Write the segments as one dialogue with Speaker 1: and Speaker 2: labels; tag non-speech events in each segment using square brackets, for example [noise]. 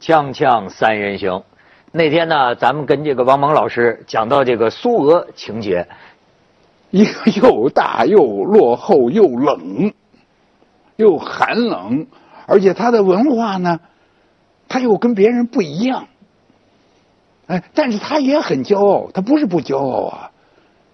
Speaker 1: 锵锵三人行，那天呢，咱们跟这个王蒙老师讲到这个苏俄情节，
Speaker 2: 一个又大又落后又冷，又寒冷，而且它的文化呢，它又跟别人不一样。哎，但是他也很骄傲，他不是不骄傲啊。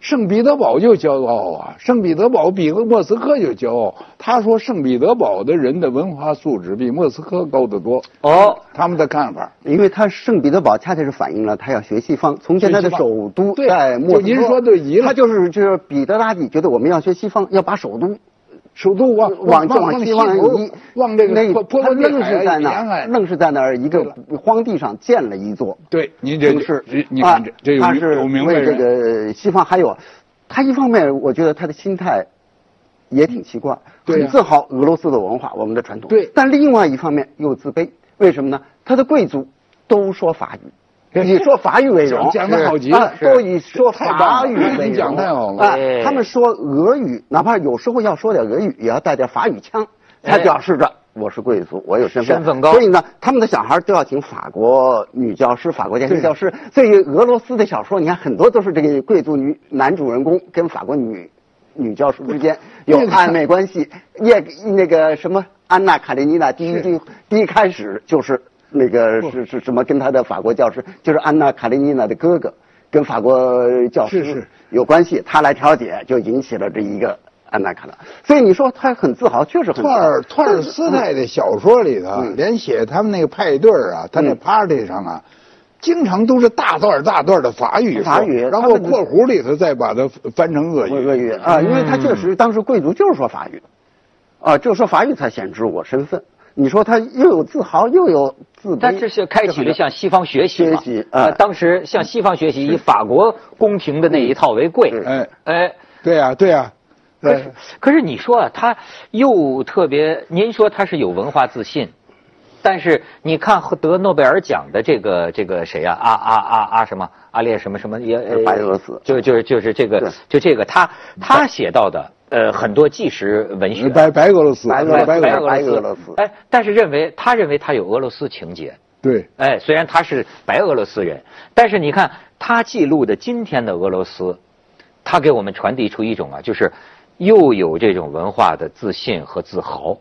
Speaker 2: 圣彼得堡就骄傲啊，圣彼得堡比莫斯科就骄傲。他说圣彼得堡的人的文化素质比莫斯科高得多。
Speaker 1: 哦，
Speaker 2: 他们的看法。
Speaker 3: 因为他圣彼得堡恰恰是反映了他要学西方，从前他的首都
Speaker 2: 对
Speaker 3: 在莫斯
Speaker 2: 就
Speaker 3: 科，
Speaker 2: 您说对极了
Speaker 3: 他就是就是彼得大帝觉得我们要学西方，要把首都
Speaker 2: 首都往
Speaker 3: 往
Speaker 2: 往
Speaker 3: 往西
Speaker 2: 西
Speaker 3: 方
Speaker 2: 头
Speaker 3: 移，
Speaker 2: 往这个
Speaker 3: 那
Speaker 2: 波波
Speaker 3: 他
Speaker 2: 罗的
Speaker 3: 愣
Speaker 2: 海
Speaker 3: 是
Speaker 2: 啊
Speaker 3: 在
Speaker 2: 沿
Speaker 3: 那儿，
Speaker 2: 岸
Speaker 3: 愣是在那儿一
Speaker 2: 对
Speaker 3: 个
Speaker 2: 了
Speaker 3: 荒地上建了一座
Speaker 2: 对，您这
Speaker 3: 城市
Speaker 2: 这，你
Speaker 3: 啊
Speaker 2: 看这这有
Speaker 3: 他
Speaker 2: 明
Speaker 3: 是
Speaker 2: 有明白
Speaker 3: 为这
Speaker 2: 人。
Speaker 3: 个西方还有，他一方面我觉得他的心态也挺奇怪，
Speaker 2: 对呀
Speaker 3: 很自豪俄罗斯的文化，我们的传统。
Speaker 2: 对
Speaker 3: 但另外一方面又自卑，为什么呢？他的贵族都说法语，以说法语为荣，
Speaker 2: 讲讲得好极
Speaker 3: 是
Speaker 2: 了
Speaker 3: 啊
Speaker 2: 是
Speaker 3: 都以说
Speaker 2: 太棒
Speaker 3: 法
Speaker 2: 了
Speaker 3: 语为
Speaker 2: 你
Speaker 3: 荣。
Speaker 2: 讲太好了
Speaker 3: 啊
Speaker 1: 哎
Speaker 3: 他们说俄语，哪怕有时候要说点俄语，也要带点法语腔，才
Speaker 1: 哎
Speaker 3: 表示着。我是贵族，我有身份，
Speaker 1: 身份高
Speaker 3: 所以呢，他们的小孩都要请法国女教师、法国家庭教师。所以俄罗斯的小说，你看很多都是这个贵族女男主人公跟法国女女教师之间有
Speaker 2: 那个
Speaker 3: 暧昧关系。也那个什么《安娜·卡列尼娜》第一第第一开始就是那个是是什么跟他的法国教师，就是安娜·卡列尼娜的哥哥跟法国教
Speaker 2: 是
Speaker 3: 师
Speaker 2: 是
Speaker 3: 有关系，他来调解就引起了这一个安娜·卡列。所以你说他很自豪，确实很自
Speaker 2: 托
Speaker 3: 豪。
Speaker 2: 尔托尔斯泰的小说里头，啊
Speaker 3: 嗯
Speaker 2: 连写他们那个派对儿啊，他那 party 上啊，经常都是大段大段的法语说，
Speaker 3: 法语
Speaker 2: 然
Speaker 3: 他
Speaker 2: 后
Speaker 3: 们
Speaker 2: 括弧里头再把它翻成俄
Speaker 3: 我
Speaker 2: 语。嗯
Speaker 3: 俄语啊，因为他确实当时贵族就是说法语，啊，只有说法语才显知我身份。你说他又有自豪又有自卑，
Speaker 1: 但这是开启了向西方学习嘛？
Speaker 3: 学习啊
Speaker 1: 呃当时向西方学习，以法国宫廷的那一套为贵。
Speaker 3: 嗯
Speaker 2: 哎，
Speaker 1: 哎，
Speaker 2: 对呀、对呀、
Speaker 1: 可
Speaker 2: 对
Speaker 1: 是可是你说啊，他又特别，您说他是有文化自信，但是你看得诺贝尔奖的这个这个谁呀、啊？啊啊啊啊什么阿列什么什么也呃
Speaker 3: 白俄罗斯
Speaker 1: 就就就是这个
Speaker 3: 对
Speaker 1: 就这个他他写到的呃很多纪实文学。
Speaker 2: 哎白白俄罗斯，
Speaker 3: 白俄
Speaker 2: 白
Speaker 3: 罗斯
Speaker 2: 俄罗
Speaker 3: 白
Speaker 2: 斯，
Speaker 3: 俄罗斯
Speaker 1: 哎，但是认为他认为他有俄罗斯情节，
Speaker 2: 对，
Speaker 1: 哎，虽然他是白俄罗斯人，但是你看他记录的今天的俄罗斯，他给我们传递出一种啊，就是又有这种文化的自信和自豪，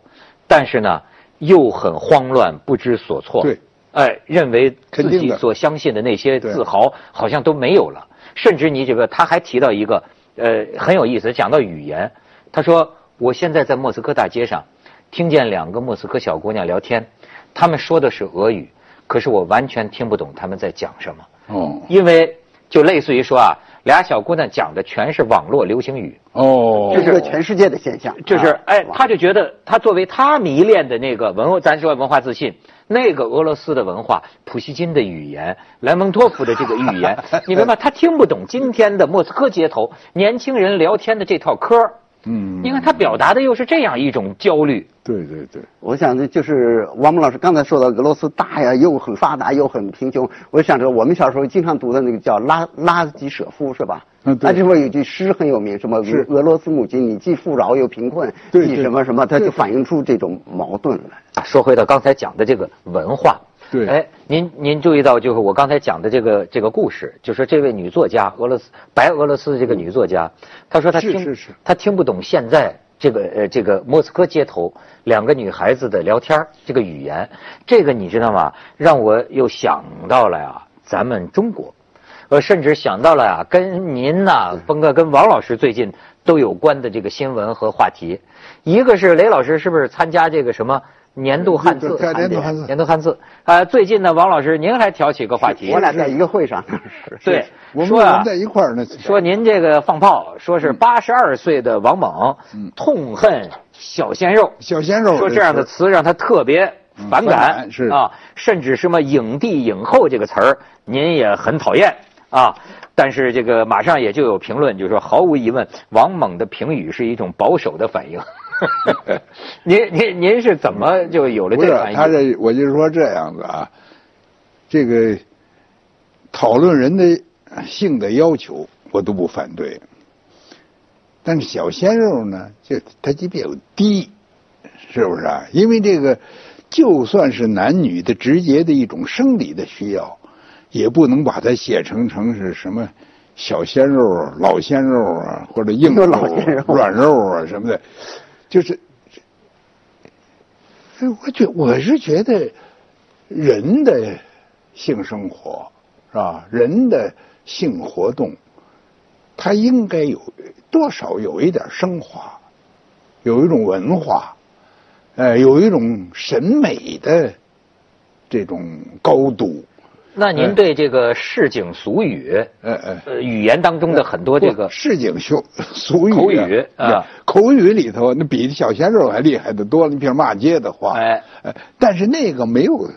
Speaker 1: 但是呢又很慌乱不知所措。
Speaker 2: 对，
Speaker 1: 哎，认为
Speaker 2: 肯
Speaker 1: 自
Speaker 2: 定的
Speaker 1: 己所相信的那些
Speaker 2: 对
Speaker 1: 自豪好像都没有了，甚至你这个他还提到一个呃很有意思，讲到语言，他说我现在在莫斯科大街上听见两个莫斯科小姑娘聊天，她们说的是俄语，可是我完全听不懂她们在讲什么，
Speaker 2: 哦
Speaker 1: 因为就类似于说啊，俩小姑娘讲的全是网络流行语，
Speaker 2: 哦
Speaker 3: 这，是个全世界的现象。
Speaker 1: 就是
Speaker 3: 啊
Speaker 1: 哎，他就觉得他作为他迷恋的那个文，咱说文化自信，那个俄罗斯的文化，普希金的语言，莱蒙托夫的这个语言，你明白？他听不懂今天的莫斯科街头年轻人聊天的这套嗑儿
Speaker 2: 嗯，
Speaker 1: 你看他表达的又是这样一种焦虑，
Speaker 2: 对对对，
Speaker 3: 我想这就是王蒙老师刚才说到俄罗斯大呀，又很发达又很贫穷。我想着我们小时候经常读的那个叫拉拉吉舍夫是吧？
Speaker 2: 嗯对
Speaker 3: 拉吉舍夫有句诗很有名，什么
Speaker 2: 是
Speaker 3: 俄俄罗斯母亲，你既富饶又贫困，
Speaker 2: 对
Speaker 3: 既
Speaker 2: 对
Speaker 3: 什么什么，它
Speaker 2: 对
Speaker 3: 就
Speaker 2: 对
Speaker 3: 反映出这种矛盾来。
Speaker 1: 啊，说回到刚才讲的这个文化，
Speaker 2: 对
Speaker 1: 哎，您您注意到就是我刚才讲的这个这个故事，就说这位女作家，俄罗斯白俄罗斯的这个女作家，她说她
Speaker 2: 是
Speaker 1: 听
Speaker 2: 是是
Speaker 1: 她听不懂现在这个呃这个莫斯科街头两个女孩子的聊天儿这个语言，这个你知道吗？让我又想到了呀，咱们中国。我呃甚至想到了呀、跟您呐、峰哥跟王老师最近都有关的这个新闻和话题，一个是雷老师是不是参加这个什么年度汉字
Speaker 2: 对对对
Speaker 1: 盘点
Speaker 2: 年度汉字
Speaker 1: 年度汉字啊？最近呢，王老师您还挑起个话题
Speaker 3: 我，俩在一个会上，是
Speaker 1: 对，
Speaker 2: 我们
Speaker 1: 说
Speaker 2: 我
Speaker 1: 啊
Speaker 2: 们嗯在一块儿呢，
Speaker 1: 说您这个放炮，说是八十二岁的王猛
Speaker 2: 嗯
Speaker 1: 痛恨小鲜肉，
Speaker 2: 小鲜肉
Speaker 1: 说这样的
Speaker 2: 词
Speaker 1: 词让他特别反
Speaker 2: 嗯反
Speaker 1: 感
Speaker 2: 感，是
Speaker 1: 啊，甚至什么影帝、影后这个词儿，您也很讨厌啊。但是这个马上也就有评论，就说毫无疑问，王猛的评语是一种保守的反
Speaker 2: [laughs]
Speaker 1: 应。您您您是怎么就有了
Speaker 2: 不
Speaker 1: 这
Speaker 2: 是
Speaker 1: 反
Speaker 2: 他
Speaker 1: 应？
Speaker 2: 这，我就说这样子啊，这个讨论人的性的要求，我都不反对。但是小鲜肉呢，就他级别有低，是不是啊？因为这个就算是男女的直接的一种生理的需要，也不能把它写成成是什么小鲜肉啊、老鲜肉啊，或者硬肉啊、
Speaker 3: [laughs] 老鲜肉
Speaker 2: 软肉啊什么的，就是。哎我觉我是觉得，人的性生活是吧？人的性活动，它应该有多少有一点升华，有一种文化，呃，有一种审美的这种高度。
Speaker 1: 那
Speaker 2: 嗯
Speaker 1: 您对这个市井俗语，
Speaker 2: 呃呃，
Speaker 1: 呃，语言当中的很多这个
Speaker 2: 不市井俗俗语、
Speaker 1: 口语啊，
Speaker 2: 口语里头那比小鲜肉还厉害的多了。你比如骂街的话，
Speaker 1: 哎
Speaker 2: 呃，但是那个没有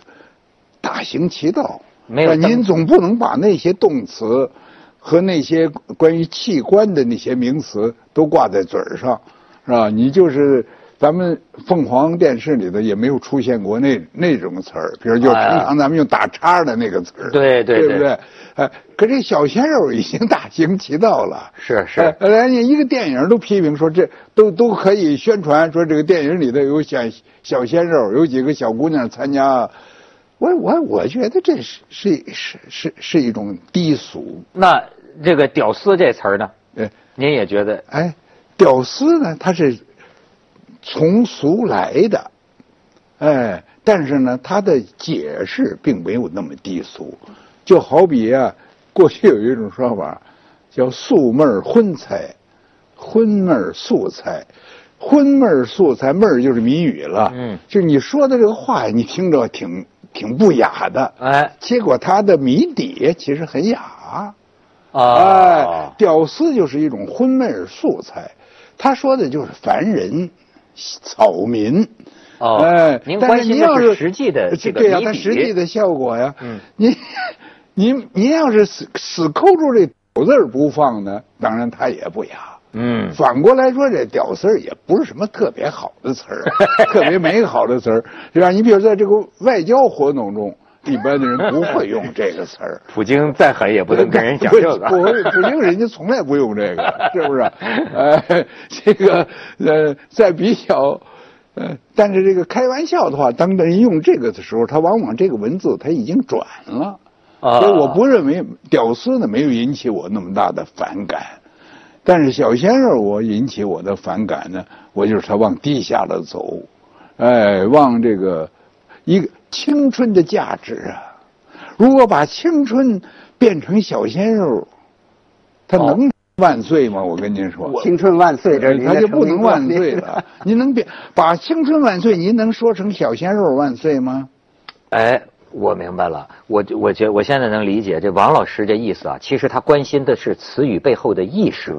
Speaker 2: 大行其道，
Speaker 1: 没有
Speaker 2: 呃
Speaker 1: 这么
Speaker 2: 您总不能把那些动词和那些关于器官的那些名词都挂在嘴儿上，是吧？你就是。咱们凤凰电视里头也没有出现过那那种词儿，比如就
Speaker 1: 哎
Speaker 2: 平常咱们用打叉的那个词儿，
Speaker 1: 对对
Speaker 2: 对
Speaker 1: 对
Speaker 2: 不对？哎，可这小鲜肉已经大行其道了，
Speaker 1: 是是
Speaker 2: 哎人家一个电影都批评说这都都可以宣传说这个电影里头有小小鲜肉，有几个小姑娘参加。我我我觉得这是是是是是一种低俗，
Speaker 1: 那这个“屌丝”这词儿呢，
Speaker 2: 呃，
Speaker 1: 您也觉得
Speaker 2: 哎，屌丝呢，他是从俗来的，哎，但是呢，他的解释并没有那么低俗，就好比啊，过去有一种说法叫“素妹儿荤菜”，“荤妹儿素菜”。荤妹儿素菜，妹儿就是谜语了。
Speaker 1: 嗯
Speaker 2: 就是你说的这个话，你听着挺挺不雅的。
Speaker 1: 哎
Speaker 2: 结果它的谜底其实很雅。哎
Speaker 1: 啊，？
Speaker 2: 屌丝就是一种荤昧儿素菜，他说的就是凡人、草民。
Speaker 1: 哦
Speaker 2: 哎，
Speaker 1: 您
Speaker 2: 但
Speaker 1: 关心
Speaker 2: 您
Speaker 1: 的
Speaker 2: 要
Speaker 1: 是
Speaker 2: 是呃
Speaker 1: 实际的这个
Speaker 2: 对呀、
Speaker 1: 谜
Speaker 2: 它
Speaker 1: 底
Speaker 2: 实际的效果呀。
Speaker 1: 嗯
Speaker 2: 您您您要是死死抠住这“屌”字儿不放呢，当然它也不雅。
Speaker 1: 嗯，
Speaker 2: 反过来说，这“屌丝儿”也不是什么特别好的词儿，啊特别美好的词儿，是吧？你比如在这个外交活动中，一般的人不会用这个词儿。
Speaker 1: 普京再狠也不能跟人讲这
Speaker 2: [laughs] 不
Speaker 1: 个。
Speaker 2: 不不，因为人家从来不用这个，是不是？呃，这个呃，在比较呃，但是这个开玩笑的话，当人用这个的时候，他往往这个文字他已经转了，
Speaker 1: 啊
Speaker 2: 所以我不认为“屌丝”呢没有引起我那么大的反感。但是小鲜肉，我引起我的反感呢，我就是他往低下了走，哎，往这个一个青春的价值啊，如果把青春变成小鲜肉，他能万岁吗？我跟您说，
Speaker 3: 青春万岁，这是您
Speaker 2: 他
Speaker 3: 的
Speaker 2: 就不
Speaker 3: 成
Speaker 2: 能
Speaker 3: 名
Speaker 2: 万
Speaker 3: 作
Speaker 2: 岁了。您能变把青春万岁，您能说成小鲜肉万岁吗？
Speaker 1: 哎，我明白了，我我觉我现在能理解这王老师这意思啊。其实他关心的是词语背后的意识，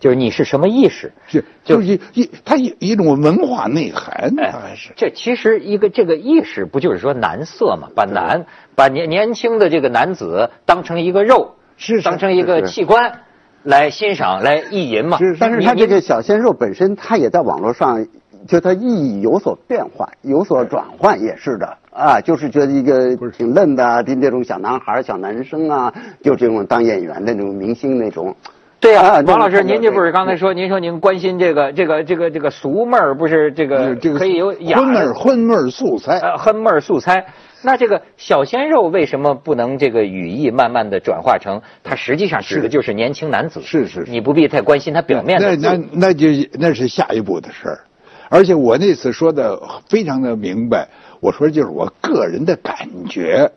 Speaker 1: 就是你是什么意识。
Speaker 2: 是，
Speaker 1: 就哎
Speaker 2: 就是一一，他有一种文化内涵，他还是。
Speaker 1: 这其实一个这个意识不就是说男色嘛，把男把年年轻的这个男子当成一个肉，
Speaker 2: 是是
Speaker 1: 当成一个
Speaker 3: 是是
Speaker 1: 器官来欣赏来意淫嘛。
Speaker 2: [laughs] 是
Speaker 3: 但是
Speaker 1: 你
Speaker 3: 他
Speaker 1: 你
Speaker 3: 这个小鲜肉本身，他也在网络上，就他意义有所变化、有所转换，也是的啊，就是觉得一个挺嫩的啊，就那种小男孩儿、小男生啊，就这种当演员的那种明星那种。
Speaker 1: 对呀、
Speaker 3: 啊
Speaker 1: 王老师，
Speaker 3: 那个
Speaker 1: 您这不是刚才说，您说您关心这个这个这个这个俗妹儿，不是这个
Speaker 2: 这个
Speaker 1: 可以有雅
Speaker 2: 荤味儿，荤味儿素菜，
Speaker 1: 呃荤妹儿素菜。那这个小鲜肉为什么不能这个语义慢慢的转化成，它实际上指的就是年轻男子。
Speaker 2: 是是是
Speaker 1: 你不必太关心他表面
Speaker 2: 那
Speaker 1: 的字。
Speaker 2: 那那就那是下一步的事儿。而且我那次说的非常的明白，我说就是我个人的感觉，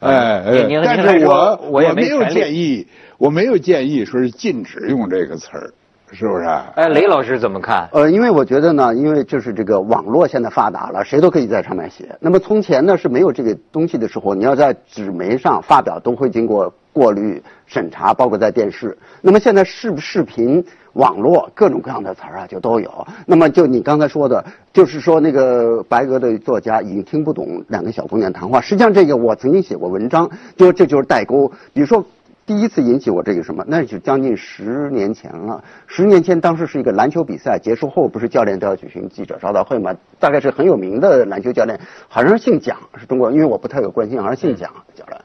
Speaker 2: 哎，
Speaker 1: 嗯您您
Speaker 2: 哎但
Speaker 1: 还
Speaker 2: 是
Speaker 1: 说
Speaker 2: 我
Speaker 1: 我也没
Speaker 2: 没有
Speaker 1: 权利
Speaker 2: 建议，我没有建议说是禁止用这个词儿，是不是啊？
Speaker 1: 哎，雷老师怎么看？
Speaker 3: 呃，因为我觉得呢，因为就是这个网络现在发达了，谁都可以在上面写。那么从前呢是没有这个东西的时候，你要在纸媒上发表，都会经过过滤、审查，包括在电视。那么现在视视频、网络各种各样的词儿啊就都有。那么就你刚才说的，就是说那个白俄的作家已经听不懂两个小姑娘谈话。实际上这个我曾经写过文章，就这就是代沟。比如说第一次引起我这个什么，那就将近十年前了。十年前当时是一个篮球比赛结束后，不是教练都要举行记者招待会嘛？大概是很有名的篮球教练，好像是姓蒋，是中国，因为我不太有关心，好像姓蒋教练。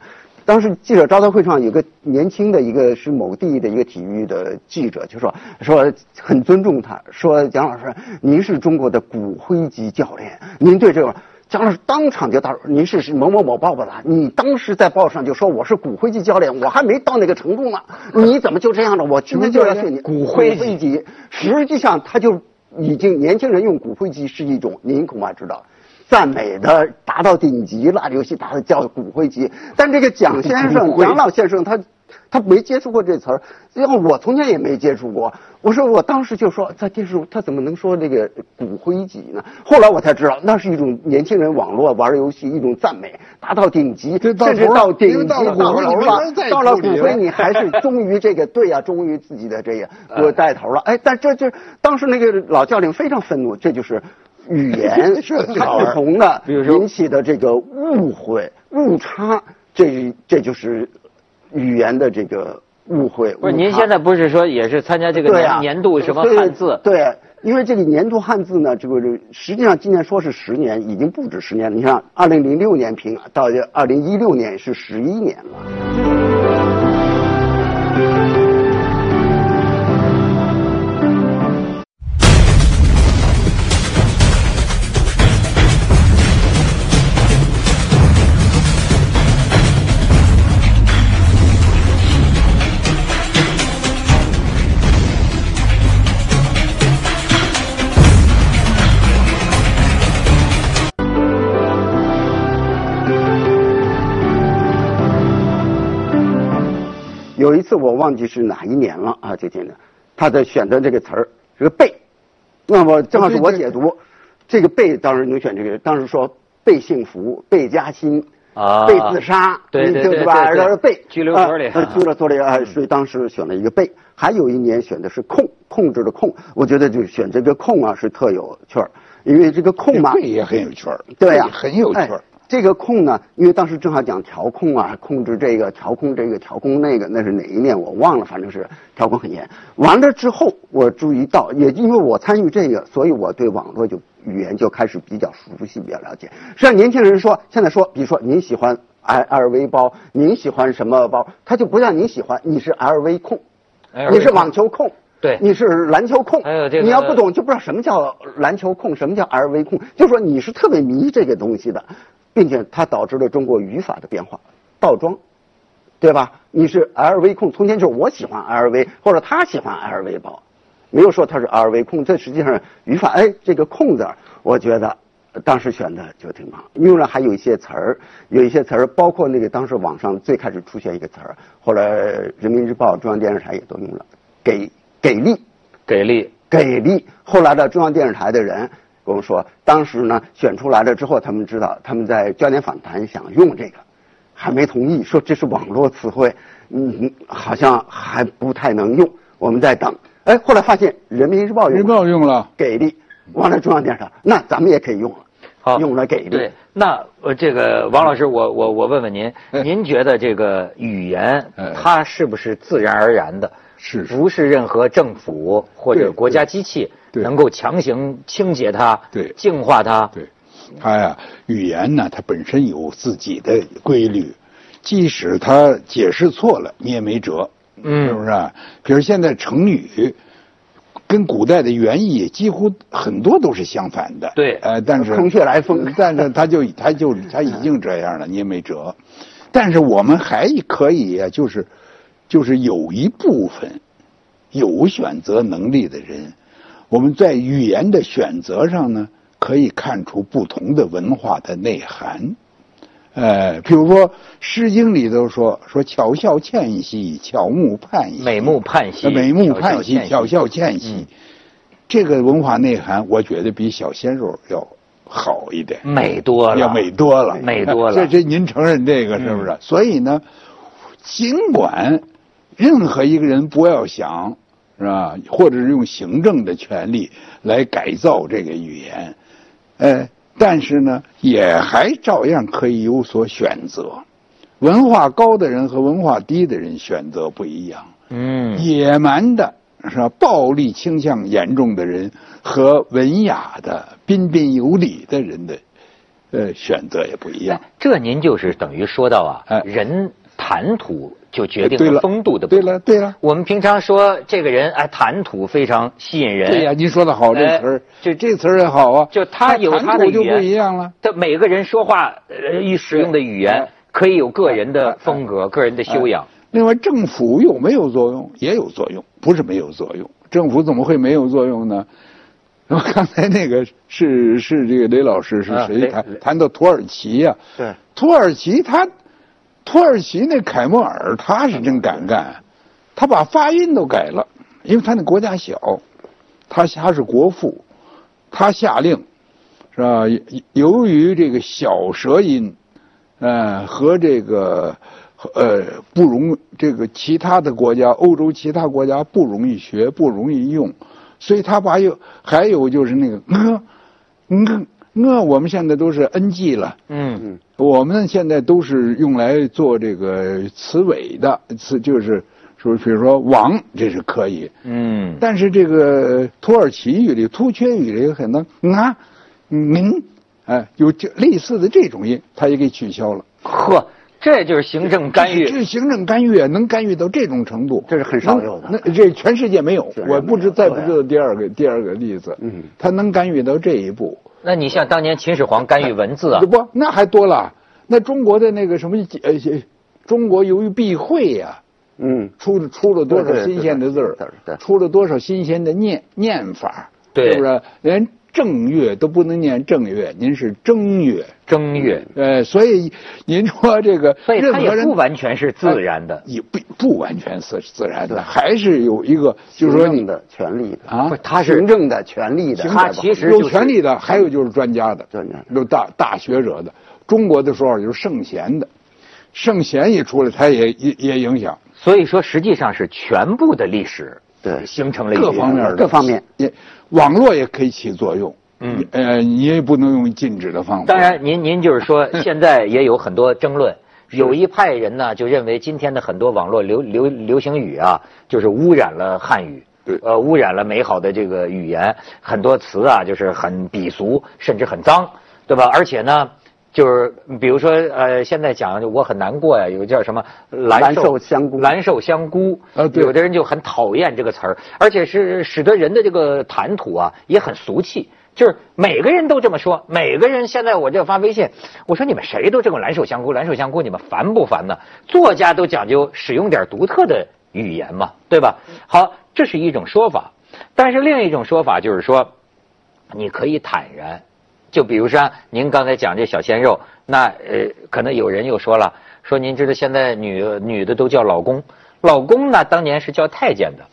Speaker 3: 当时记者招待会上有个年轻的一个是某地的一个体育的记者，就说说很尊重他，说蒋老师您是中国的骨灰级教练，您对这个姜老师当场就大说：“您是某某某报报的，你当时在报上就说我是骨灰级教练，我还没到那个程度呢，你怎么就这样了？我今天就要训你
Speaker 2: 骨灰级
Speaker 3: 级。”实际上，他就已经年轻人用骨灰级是一种，您恐怕知道。赞美的达到顶级了，游戏达到叫骨灰级。但这个蒋先
Speaker 2: 骨 [laughs]
Speaker 3: 生、
Speaker 2: 灰
Speaker 3: 蒋老先生他他没接触过这词儿，要我从前也没接触过。我说我当时就说在电视上他怎么能说这个骨灰级呢？后来我才知道那是一种年轻人网络玩游戏一种赞美，达到顶级，
Speaker 2: 这到
Speaker 3: 甚至
Speaker 2: 头了
Speaker 3: 到顶
Speaker 2: 因为
Speaker 3: 级
Speaker 2: 到了骨
Speaker 3: 到
Speaker 2: 灰
Speaker 3: 头
Speaker 2: 你没
Speaker 3: 了
Speaker 2: 人，再
Speaker 3: 到了
Speaker 2: 处
Speaker 3: 骨
Speaker 2: 理
Speaker 3: 灰
Speaker 2: 了
Speaker 3: 你
Speaker 1: [laughs]
Speaker 3: 还是忠于这个队啊，忠于自己的这个我带头了。哎，但这这当时那个老教练非常愤怒，这就是语
Speaker 1: [laughs]
Speaker 3: 言
Speaker 2: 是的
Speaker 3: 它不同的
Speaker 1: 比如说
Speaker 3: 引起的这个误会、误差，这这就是语言的这个误会。
Speaker 1: 不是
Speaker 3: 误
Speaker 1: 您
Speaker 3: 差
Speaker 1: 现在不是说也是参加这个
Speaker 3: 对
Speaker 1: 年、
Speaker 3: 啊
Speaker 1: 年度什么
Speaker 3: 对
Speaker 1: 汉字？
Speaker 3: 对，因为这个年度汉字呢，这个实际上今年说是十年，已经不止十年了。你看，二零零六年评到二零一六年是十一年了。有一次我忘记是哪一年了啊，这天的，他在选择这个词儿是个背，那么正好是我
Speaker 1: 哦
Speaker 3: 解读，这个背当时能选这个，当时说被幸福、被加薪、
Speaker 1: 啊
Speaker 3: 被自杀，
Speaker 1: 对
Speaker 3: 你
Speaker 1: 对
Speaker 3: 听
Speaker 1: 对
Speaker 3: 是吧？
Speaker 1: 对对
Speaker 3: 然后被
Speaker 1: 拘留所里嗯
Speaker 3: 啊拘留所里啊，所以当时选了一个被，还有一年选的是控，控制的控，我觉得就选这个控啊是特有趣儿，因为这个控嘛，
Speaker 2: 这也很有趣儿，
Speaker 3: 对
Speaker 1: 啊
Speaker 3: 呀、
Speaker 2: 这很有趣
Speaker 3: 哎
Speaker 2: 儿。
Speaker 3: 这个控呢，因为当时正好讲调控啊，控制这个，调控这个，调控那个，那是哪一年我忘了，反正是调控很严。完了之后，我注意到，也因为我参与这个，所以我对网络就语言就开始比较熟悉，比较了解。实际上，年轻人说现在说，比如说您喜欢 L L V 包，您喜欢什么包，他就不让你喜欢，你是 L V 控，
Speaker 1: 哎
Speaker 3: 你是网球控。
Speaker 1: 对
Speaker 3: 你是篮球控，
Speaker 1: 还有这个
Speaker 3: 你要不懂就不知道什么叫篮球控，什么叫 LV 控，就说你是特别迷这个东西的，并且它导致了中国语法的变化，倒装，对吧？你是 LV 控，从前就是我喜欢 LV，或者他喜欢 LV 包，没有说他是 LV 控，这实际上语法，哎，这个控字儿，我觉得。呃当时选的就挺棒，因为呢还有一些词儿，有一些词儿，包括那个当时网上最开始出现一个词儿，后来呃人民日报、中央电视台也都用了，给给力，
Speaker 1: 给力，
Speaker 3: 给力。后来的中央电视台的人跟我说，当时呢选出来了之后，他们知道他们在焦点访谈想用这个，还没同意，说这是网络词汇，嗯，好像还不太能用，我们在等。哎，后来发现人民日
Speaker 1: 哎
Speaker 3: 报
Speaker 2: 没
Speaker 3: 用了
Speaker 2: 报用了，
Speaker 3: 给力，完了中央电视台，那咱们也可以用了，
Speaker 1: 好，
Speaker 3: 用了给力。
Speaker 1: 对，那呃，这个王老师，我我我问问您，
Speaker 2: 嗯
Speaker 1: 您觉得这个语言
Speaker 2: 哎
Speaker 1: 它是不是自然而然的？
Speaker 2: 是是
Speaker 1: 不是任何政府或者
Speaker 2: 对
Speaker 1: 国家机器
Speaker 2: 对
Speaker 1: 能够强行清洁它、
Speaker 2: 对
Speaker 1: 净化它？
Speaker 2: 对，它呀，语言呢，它本身有自己的规律，即使它解释错了，你也没辙，
Speaker 1: 嗯
Speaker 2: 是不是啊？比如现在成语。跟古代的原意几乎很多都是相反的，
Speaker 1: 对
Speaker 2: 呃，但是
Speaker 3: [laughs]
Speaker 2: 呃
Speaker 3: 空穴来风
Speaker 2: 但是它就它就它已经这样了，你也没辙。但是我们还可以啊，就是就是有一部分有选择能力的人，我们在语言的选择上呢，可以看出不同的文化的内涵。呃，比如说《诗经》里头说说“巧笑倩兮，巧目盼兮”，
Speaker 1: 美目盼兮，
Speaker 2: 呃美
Speaker 1: 巧
Speaker 2: 目
Speaker 1: 笑
Speaker 2: 盼兮，
Speaker 1: 倩
Speaker 2: 巧笑倩兮。这个文化内涵，我觉得比小鲜肉要好一点。
Speaker 1: 美多了，
Speaker 2: 要美多了，
Speaker 1: 美多了嗯
Speaker 2: 这这您承认这个是不是？所以呢，尽管任何一个人不要想是吧，或者是用行政的权利来改造这个语言，呃，但是呢，也还照样可以有所选择。文化高的人和文化低的人选择不一样。
Speaker 1: 嗯，
Speaker 2: 野蛮的是吧？暴力倾向严重的人和文雅的、彬彬有礼的人的，呃，选择也不一样
Speaker 1: 哎。这您就是等于说到啊，
Speaker 2: 哎
Speaker 1: 人谈吐就决定
Speaker 2: 对
Speaker 1: 了
Speaker 2: 了
Speaker 1: 风度的不
Speaker 2: 对
Speaker 1: 同。
Speaker 2: 了对了，
Speaker 1: 我们平常说这个人哎，谈吐非常吸引人。
Speaker 2: 对呀，您说的好，这
Speaker 1: 哎
Speaker 2: 词儿，
Speaker 1: 就
Speaker 2: 这词儿也好啊，
Speaker 1: 就他有他
Speaker 2: 谈
Speaker 1: 的
Speaker 2: 吐就
Speaker 1: 语言
Speaker 2: 不一样了。
Speaker 1: 他每个人说话呃一使用的语言
Speaker 2: 哎，
Speaker 1: 可以有个人的风
Speaker 2: 嗯
Speaker 1: 格、个人的修养。
Speaker 2: 另外，政府有没有作用？也有作用，不是没有作用。政府怎么会没有作用呢？ [laughs] 我刚才那个是是这个雷老师是
Speaker 1: 啊
Speaker 2: 谁
Speaker 1: 雷
Speaker 2: 谈、
Speaker 1: 雷
Speaker 2: 谈到土耳其呀、
Speaker 3: 对，
Speaker 2: 土耳其他，土耳其那凯末尔他是真敢干，他把发音都改了，因为他那国家小，他他是国父，他下令，是吧？由由于这个小舌音，呃，和这个呃不容这个其他的国家，欧洲其他国家不容易学，不容易用，所以他把有还有就是那个呃，呃呃，我们现在都是 NG 了。
Speaker 1: 嗯
Speaker 2: 我们现在都是用来做这个词尾的词，就是说，比如说“王”，这是可以。
Speaker 1: 嗯，
Speaker 2: 但是这个土耳其语里、突厥语里很多啊、嗯，哎，有这类似的这种音，它也给取消了。
Speaker 1: 呵，这就是行政干
Speaker 2: 这
Speaker 1: 预。
Speaker 2: 这行政干预啊，能干预到这种程度，
Speaker 3: 这是很少有的
Speaker 2: 那那这全世界没有
Speaker 3: 自，然没
Speaker 2: 我
Speaker 3: 有
Speaker 2: 不知再不
Speaker 3: 对啊
Speaker 2: 知道第二个第二个例子。
Speaker 3: 嗯，
Speaker 2: 它能干预到这一步。
Speaker 1: 那你像当年秦始皇干预文字啊
Speaker 2: 这，不，那还多了。那中国的那个什么，呃，中国由于避讳呀、
Speaker 3: 嗯，
Speaker 2: 出出了多
Speaker 3: 对
Speaker 2: 少
Speaker 3: 对
Speaker 2: 新鲜的字儿
Speaker 3: 对对对，
Speaker 2: 出了多少新鲜的念念法，
Speaker 1: 对
Speaker 2: 是不是？连正月都不能念正月，您是正月，
Speaker 1: 正月，
Speaker 2: 呃，所以您说这个
Speaker 1: 所以
Speaker 2: 任
Speaker 1: 它
Speaker 2: 何
Speaker 1: 也
Speaker 2: 人嗯
Speaker 1: 不完全是自然的。
Speaker 2: 也不不完全是自然的，还是有一个，就是说
Speaker 3: 行
Speaker 2: 你
Speaker 3: 政的权利的，
Speaker 2: 啊
Speaker 1: 不，，他是
Speaker 3: 行政的权利的，
Speaker 1: 行他其实就是
Speaker 2: 有权利的，还有就是专家的，
Speaker 3: 专家的
Speaker 2: 有大大学者的。中国的说法就是圣贤的，圣贤一出来，他也也也影响
Speaker 1: 所以说实际上是全部的历史
Speaker 3: 对
Speaker 1: 形成了一
Speaker 2: 各
Speaker 1: 些
Speaker 2: 方面的
Speaker 3: 各方面。
Speaker 2: 也网络也可以起作用，
Speaker 1: 嗯，
Speaker 2: 呃，你也不能用禁止的方法。
Speaker 1: 当然，您您就是说，现在也有很多争论，有一派人呢就认为今天的很多网络流流流行语啊，就是污染了汉语，
Speaker 2: 对
Speaker 1: 呃，污染了美好的这个语言，很多词啊就是很鄙俗，甚至很脏，对吧？而且呢。就是比如说，呃，现在讲我很难过呀，有个叫什么蓝
Speaker 3: 蓝瘦香菇
Speaker 1: 蓝瘦香菇，
Speaker 2: 啊对
Speaker 1: 有的人就很讨厌这个词儿，而且是使得人的这个谈吐啊也很俗气。就是每个人都这么说，每个人现在我这发微信，我说你们谁都这么蓝瘦香菇，蓝瘦香菇，你们烦不烦呢？作家都讲究使用点独特的语言嘛，对吧？好，这是一种说法，但是另一种说法就是说，你可以坦然。就比如说啊您刚才讲这小鲜肉，那呃，可能有人又说了，说您知道现在女女的都叫老公，老公呢当年是叫太监
Speaker 2: [laughs]
Speaker 1: 的，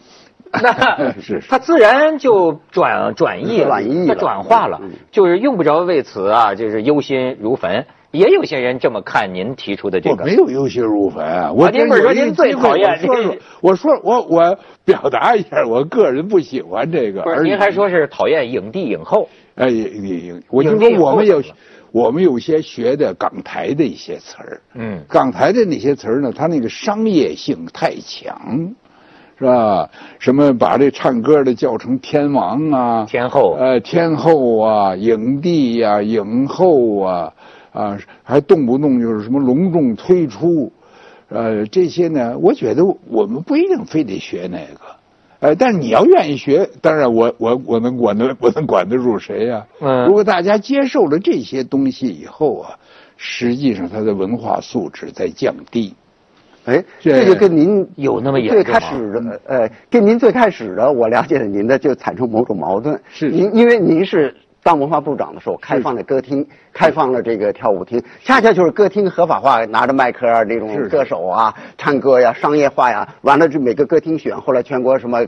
Speaker 1: 那
Speaker 2: 是是
Speaker 1: 他自然就转转译了，
Speaker 3: 转译
Speaker 1: 他
Speaker 3: 了
Speaker 1: 转化
Speaker 2: 嗯
Speaker 1: 了，就是用不着为此啊，就是忧心如焚。也有些人这么看您提出的这
Speaker 2: 我
Speaker 1: 个，
Speaker 2: 没有优秀入坟啊，我
Speaker 1: 啊您不是说您最讨厌
Speaker 2: 这个机会我说说，我说我我表达一下，我个人不喜欢这个。
Speaker 1: 不是
Speaker 2: 而
Speaker 1: 您还说是讨厌影帝影后，
Speaker 2: 哎，也也也，我
Speaker 1: 有
Speaker 2: 就
Speaker 1: 这
Speaker 2: 说
Speaker 1: 个
Speaker 2: 我们
Speaker 1: 后
Speaker 2: 有
Speaker 1: 头了，
Speaker 2: 我们有些学的港台的一些词儿，
Speaker 1: 嗯
Speaker 2: 港台的那些词儿呢，它那个商业性太强，是吧？什么把这唱歌的叫成天王啊，
Speaker 1: 天
Speaker 3: 哦
Speaker 1: 后
Speaker 2: 呃，天后啊，影帝呀、影后啊，啊，还动不动就是什么隆重推出，呃，这些呢，我觉得我们不一定非得学那个。呃，但是你要愿意学，当然我我我能管得我能管得住谁呀、
Speaker 1: 嗯
Speaker 2: 如果大家接受了这些东西以后啊，实际上他的文化素质在降低。
Speaker 3: 哎，
Speaker 2: 这
Speaker 3: 这就跟您
Speaker 1: 有那么严
Speaker 3: 最
Speaker 1: 重吗
Speaker 3: 开始
Speaker 2: 嗯
Speaker 3: 的呃，跟您最开始的我了解的您的就产生某种矛盾。
Speaker 2: 是
Speaker 3: 您因为您是当文化部长的时候开放了歌厅，开放了这个跳舞厅，恰恰就是歌厅合法化，拿着麦克啊，这
Speaker 2: 是
Speaker 3: 种
Speaker 2: 是
Speaker 3: 歌手啊、唱歌呀、商业化呀，完了这每个歌厅选，后来全国什么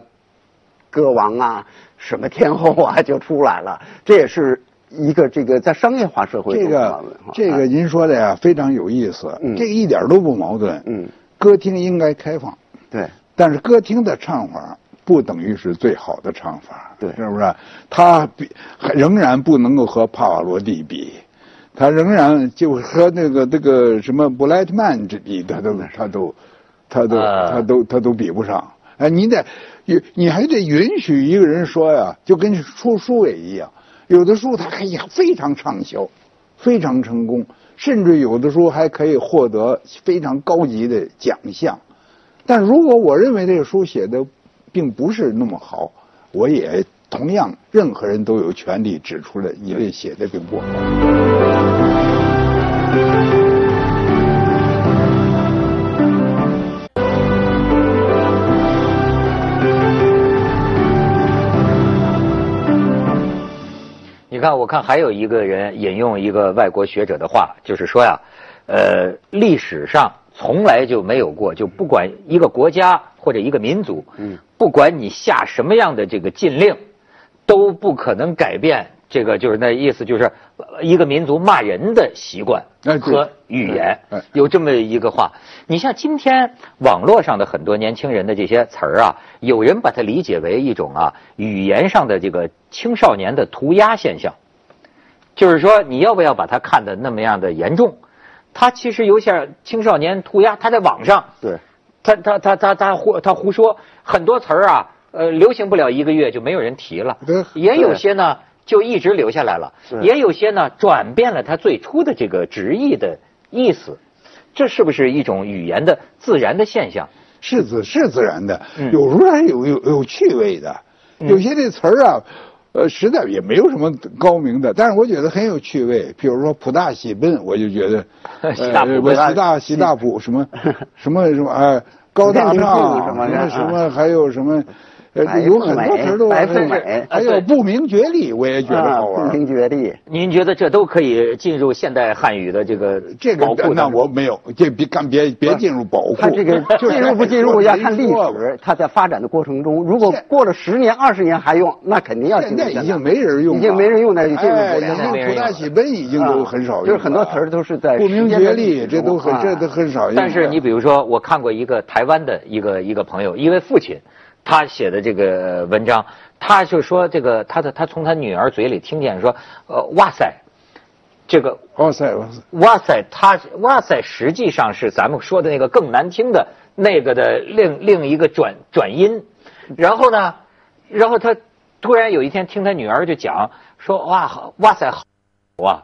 Speaker 3: 歌王啊、什么天后啊 [laughs] 就出来了，这也是一个这个在商业化社会
Speaker 2: 这
Speaker 3: 中的
Speaker 2: 个
Speaker 3: 文化
Speaker 2: 这个您说的呀非常有意思，
Speaker 3: 嗯
Speaker 2: 这个一点都不矛盾。
Speaker 3: 嗯，
Speaker 2: 歌厅应该开放，
Speaker 3: 对
Speaker 2: 但是歌厅的唱法不等于是最好的唱法，
Speaker 3: 对
Speaker 2: 是不是？它比还仍然不能够和帕瓦罗蒂比，它仍然就和那个那个什么布莱特曼这比，它都它都它都
Speaker 1: 啊
Speaker 2: 它都它都比不上。哎，你得，你你还得允许一个人说呀，就跟出书也一样，有的书它可以非常畅销，非常成功，甚至有的书还可以获得非常高级的奖项。但如果我认为这个书写的并不是那么好，我也同样，任何人都有权利指出来你这写的并不好。
Speaker 1: 你看，我看还有一个人引用一个外国学者的话，就是说呀，呃，历史上从来就没有过，就不管一个国家或者一个民族，
Speaker 3: 嗯，
Speaker 1: 不管你下什么样的这个禁令，都不可能改变这个，就是那意思，就是呃一个民族骂人的习惯
Speaker 2: 哎对
Speaker 1: 和语言
Speaker 2: 哎哎，
Speaker 1: 有这么一个话。你像今天网络上的很多年轻人的这些词儿啊，有人把它理解为一种啊语言上的这个青少年的涂鸦现象。就是说你要不要把它看得那么样的严重？他其实有点青少年涂鸦，他在网上，
Speaker 3: 对，
Speaker 1: 他他他他他胡他胡说很多词儿啊，呃，流行不了一个月就没有人提了
Speaker 2: 对，
Speaker 1: 也有些呢就一直留下来了
Speaker 3: 是，
Speaker 1: 也有些呢转变了他最初的这个直译的意思，这是不是一种语言的自然的现象？
Speaker 2: 是自是自然的，
Speaker 1: 嗯
Speaker 2: 有时候还有有有趣味的，
Speaker 3: 嗯
Speaker 2: 有些这词儿啊，呃，实在也没有什么高明的，但是我觉得很有趣味。比如说“普大喜奔”，我就觉
Speaker 3: [laughs]
Speaker 2: 得，
Speaker 1: 喜大普
Speaker 2: 呃，我
Speaker 1: 奔
Speaker 2: 喜大喜大普什么什么什么哎，高大上什
Speaker 3: 林肯什么
Speaker 2: 么
Speaker 3: 的
Speaker 2: 什
Speaker 3: 啊
Speaker 2: 么，还有什么。呃，
Speaker 3: 白
Speaker 2: 有
Speaker 3: 富
Speaker 2: 很多
Speaker 3: 美
Speaker 2: 词儿都
Speaker 3: 白富
Speaker 2: 很
Speaker 3: 美
Speaker 2: 还有不明觉厉，我也觉得
Speaker 3: 啊
Speaker 2: 好玩
Speaker 3: 不 [laughs]
Speaker 2: 儿。
Speaker 3: 明觉厉，
Speaker 1: 您觉得这都可以进入现代汉语的这个
Speaker 2: 这个
Speaker 1: 宝库
Speaker 2: 那
Speaker 1: 当中
Speaker 2: 我没有，这别干别别进入宝库。
Speaker 3: [laughs] 他这个
Speaker 2: 就
Speaker 3: 进入不进
Speaker 2: 我
Speaker 3: 入
Speaker 2: 没
Speaker 3: 要看历
Speaker 2: 说过
Speaker 3: 史，啊它在发展的过程中，如果
Speaker 2: 现
Speaker 3: 过了十年、二十年还用，那肯定要进
Speaker 2: 现
Speaker 3: 入
Speaker 2: 在
Speaker 3: 现代。
Speaker 2: 已经没人用了，
Speaker 3: 已经没人用那就进入
Speaker 2: 哎已
Speaker 3: 不了
Speaker 1: 现在没
Speaker 2: 经
Speaker 1: 人
Speaker 2: 普
Speaker 1: 用
Speaker 2: 大
Speaker 1: 了
Speaker 2: 喜奔已经都很少用了，啊
Speaker 3: 啊就是很多词儿都是在
Speaker 2: 不明觉厉，
Speaker 3: 时间的
Speaker 2: 这都很
Speaker 3: 啊
Speaker 2: 这都很少用了。
Speaker 1: 但是你比如说，我看过一个台湾的一个一个朋友，一位父亲，他写的这个呃文章，他就说这个他的他从他女儿嘴里听见说，呃，哇塞，这个
Speaker 2: 哇塞哇塞，
Speaker 1: 哇塞，他哇塞，实际上是咱们说的那个更难听的那个的另另一个转转音。然后呢，然后他突然有一天听他女儿就讲说哇好哇塞好啊，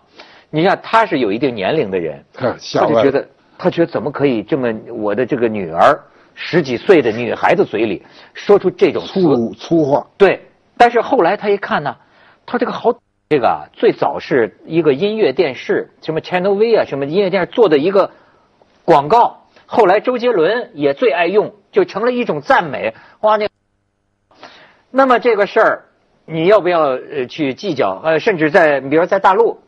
Speaker 1: 你看他是有一定年龄的人，
Speaker 2: 呵吓
Speaker 1: 他就
Speaker 2: 坏
Speaker 1: 觉
Speaker 2: 了。
Speaker 1: 得，他觉得怎么可以这么我的这个女儿十几岁的女孩子嘴里说出这种
Speaker 2: 粗
Speaker 1: 词
Speaker 2: 鲁粗话，
Speaker 1: 对，但是后来他一看呢，他这个好这个啊最早是一个音乐电视，什么 Channel V 啊，什么音乐电视做的一个广告，后来周杰伦也最爱用，就成了一种赞美。哇，那那么这个事儿，你要不要呃去计较？呃，甚至在比如在大陆。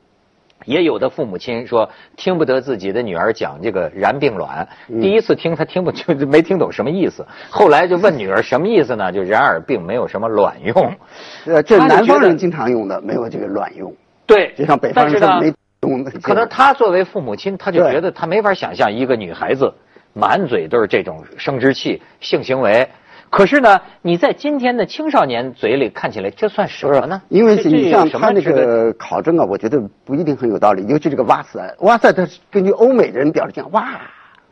Speaker 1: 也有的父母亲说听不得自己的女儿讲这个燃并卵，第一次听他听不就就没听懂什么意思，后来就问女儿什么意思呢？就然而并没有什么卵用，
Speaker 3: 呃，这
Speaker 1: 他就
Speaker 3: 南
Speaker 1: 觉
Speaker 3: 方
Speaker 1: 得
Speaker 3: 人经常用的，没有这个乱用，
Speaker 1: 对，
Speaker 3: 就像北方
Speaker 1: 但是
Speaker 3: 人说
Speaker 1: 呢，
Speaker 3: 没用的。
Speaker 1: 可能他作为父母亲，他就
Speaker 3: 对
Speaker 1: 觉得他没法想象一个女孩子满嘴都是这种生殖器、性行为。可是呢，你在今天的青少年嘴里看起来，这算什
Speaker 3: 不是
Speaker 1: 么呢？
Speaker 3: 因为
Speaker 1: 这
Speaker 3: 你
Speaker 1: 这
Speaker 3: 像
Speaker 1: 有什
Speaker 3: 他
Speaker 1: 么
Speaker 3: 那
Speaker 1: 值得
Speaker 3: 个考证啊，我觉得不一定很有道理。尤其这个哇塞，哇塞，它是根据欧美人表示讲哇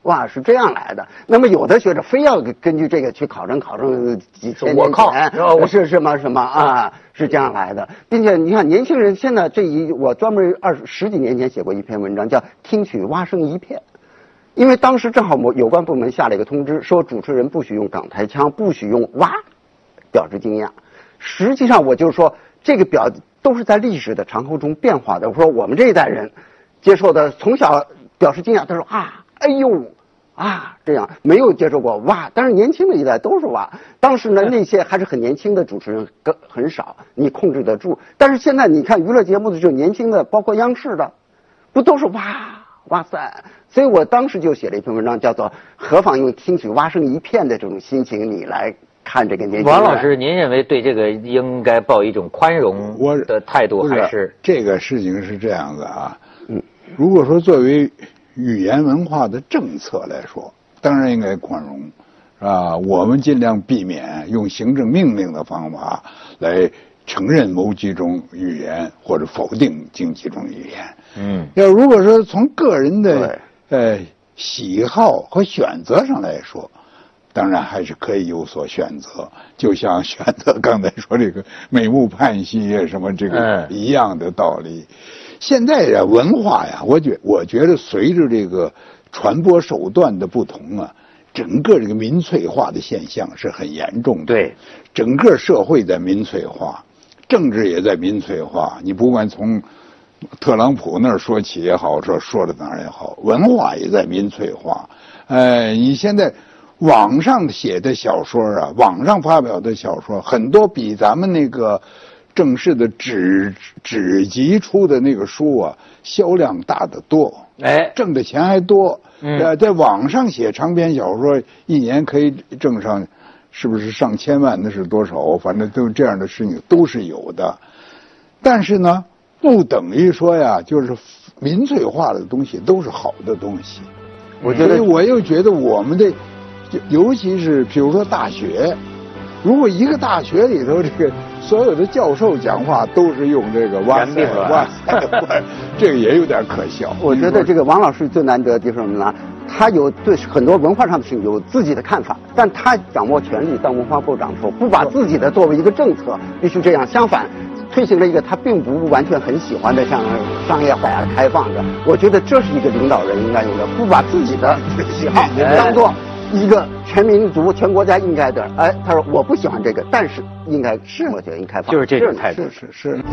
Speaker 3: 哇是这样来的。那么有的学者非要根据这个去考证，考证几千年前呃
Speaker 1: 我靠然后我
Speaker 3: 是什么什么啊是这样来的，并且你看年轻人现在这一，我专门二十十几年前写过一篇文章，叫《听取蛙声一片》。因为当时正好某有关部门下了一个通知，说主持人不许用港台腔，不许用“哇”表示惊讶。实际上，我就说这个表都是在历史的长河中变化的。我说我们这一代人接受的，从小表示惊讶，他说啊，哎呦。啊，这样没有接受过哇，但是年轻的一代都是哇。当时呢，那些还是很年轻的主持人更很少，你控制得住。但是现在你看娱乐节目的就年轻的，包括央视的，不都是哇哇塞？所以我当时就写了一篇文章，叫做《何妨用听取蛙声一片的这种心情，你来看这个年轻人》。
Speaker 1: 王老师，您认为对这个应该抱一种宽容
Speaker 2: 我
Speaker 1: 的态度，
Speaker 2: 不
Speaker 1: 还是
Speaker 2: 这个事情是这样的啊？
Speaker 3: 嗯
Speaker 2: 如果说作为语言文化的政策来说，当然应该宽容，是吧？我们尽量避免用行政命令的方法来承认某几种语言或者否定经几种语言。
Speaker 1: 嗯？
Speaker 2: 要如果说从个人的呃喜好和选择上来说，当然还是可以有所选择，就像选择刚才说这个美目盼兮啊什么这个
Speaker 1: 嗯
Speaker 2: 一样的道理。现在呀，文化呀，我觉我觉得随着这个传播手段的不同啊，整个这个民粹化的现象是很严重的。
Speaker 1: 对，
Speaker 2: 整个社会在民粹化，政治也在民粹化。你不管从特朗普那儿说起也好，说说到哪儿也好，文化也在民粹化。呃，你现在网上写的小说啊，网上发表的小说，很多比咱们那个正式的纸纸籍出的那个书啊，销量大得多。
Speaker 1: 哎，
Speaker 2: 挣的钱还多，
Speaker 1: 嗯
Speaker 2: 呃，在网上写长篇小说，一年可以挣上，是不是上千万？那是多少？反正都这样的事情都是有的。但是呢，不等于说呀，就是民粹化的东西都是好的东西。
Speaker 3: 我觉
Speaker 2: 所
Speaker 3: 得
Speaker 2: 以我又觉得我们的，就尤其是比如说大学，如果一个大学里头这个所有的教授讲话都是用这个哇
Speaker 1: 原
Speaker 2: 塞
Speaker 1: 地说
Speaker 2: 哇塞，哇塞这个也有点可笑。
Speaker 3: 我觉得
Speaker 2: 你说
Speaker 3: 这个王老师最难得的地方是什么呢？他有对很多文化上的事情有自己的看法，但他掌握权力当文化部长的时候，不把自己的作为一个政策必须这样，相反，推行了一个他并不完全很喜欢的，像商业化呀、开放的。我觉得这是一个领导人应该有的，不把自己的 [laughs] 喜好
Speaker 1: 哎
Speaker 3: 当做一个全民族、全国家应该的。哎，他说我不喜欢这个，但是应该是我觉得应该开放，
Speaker 1: 就是这种态度
Speaker 2: 是是是。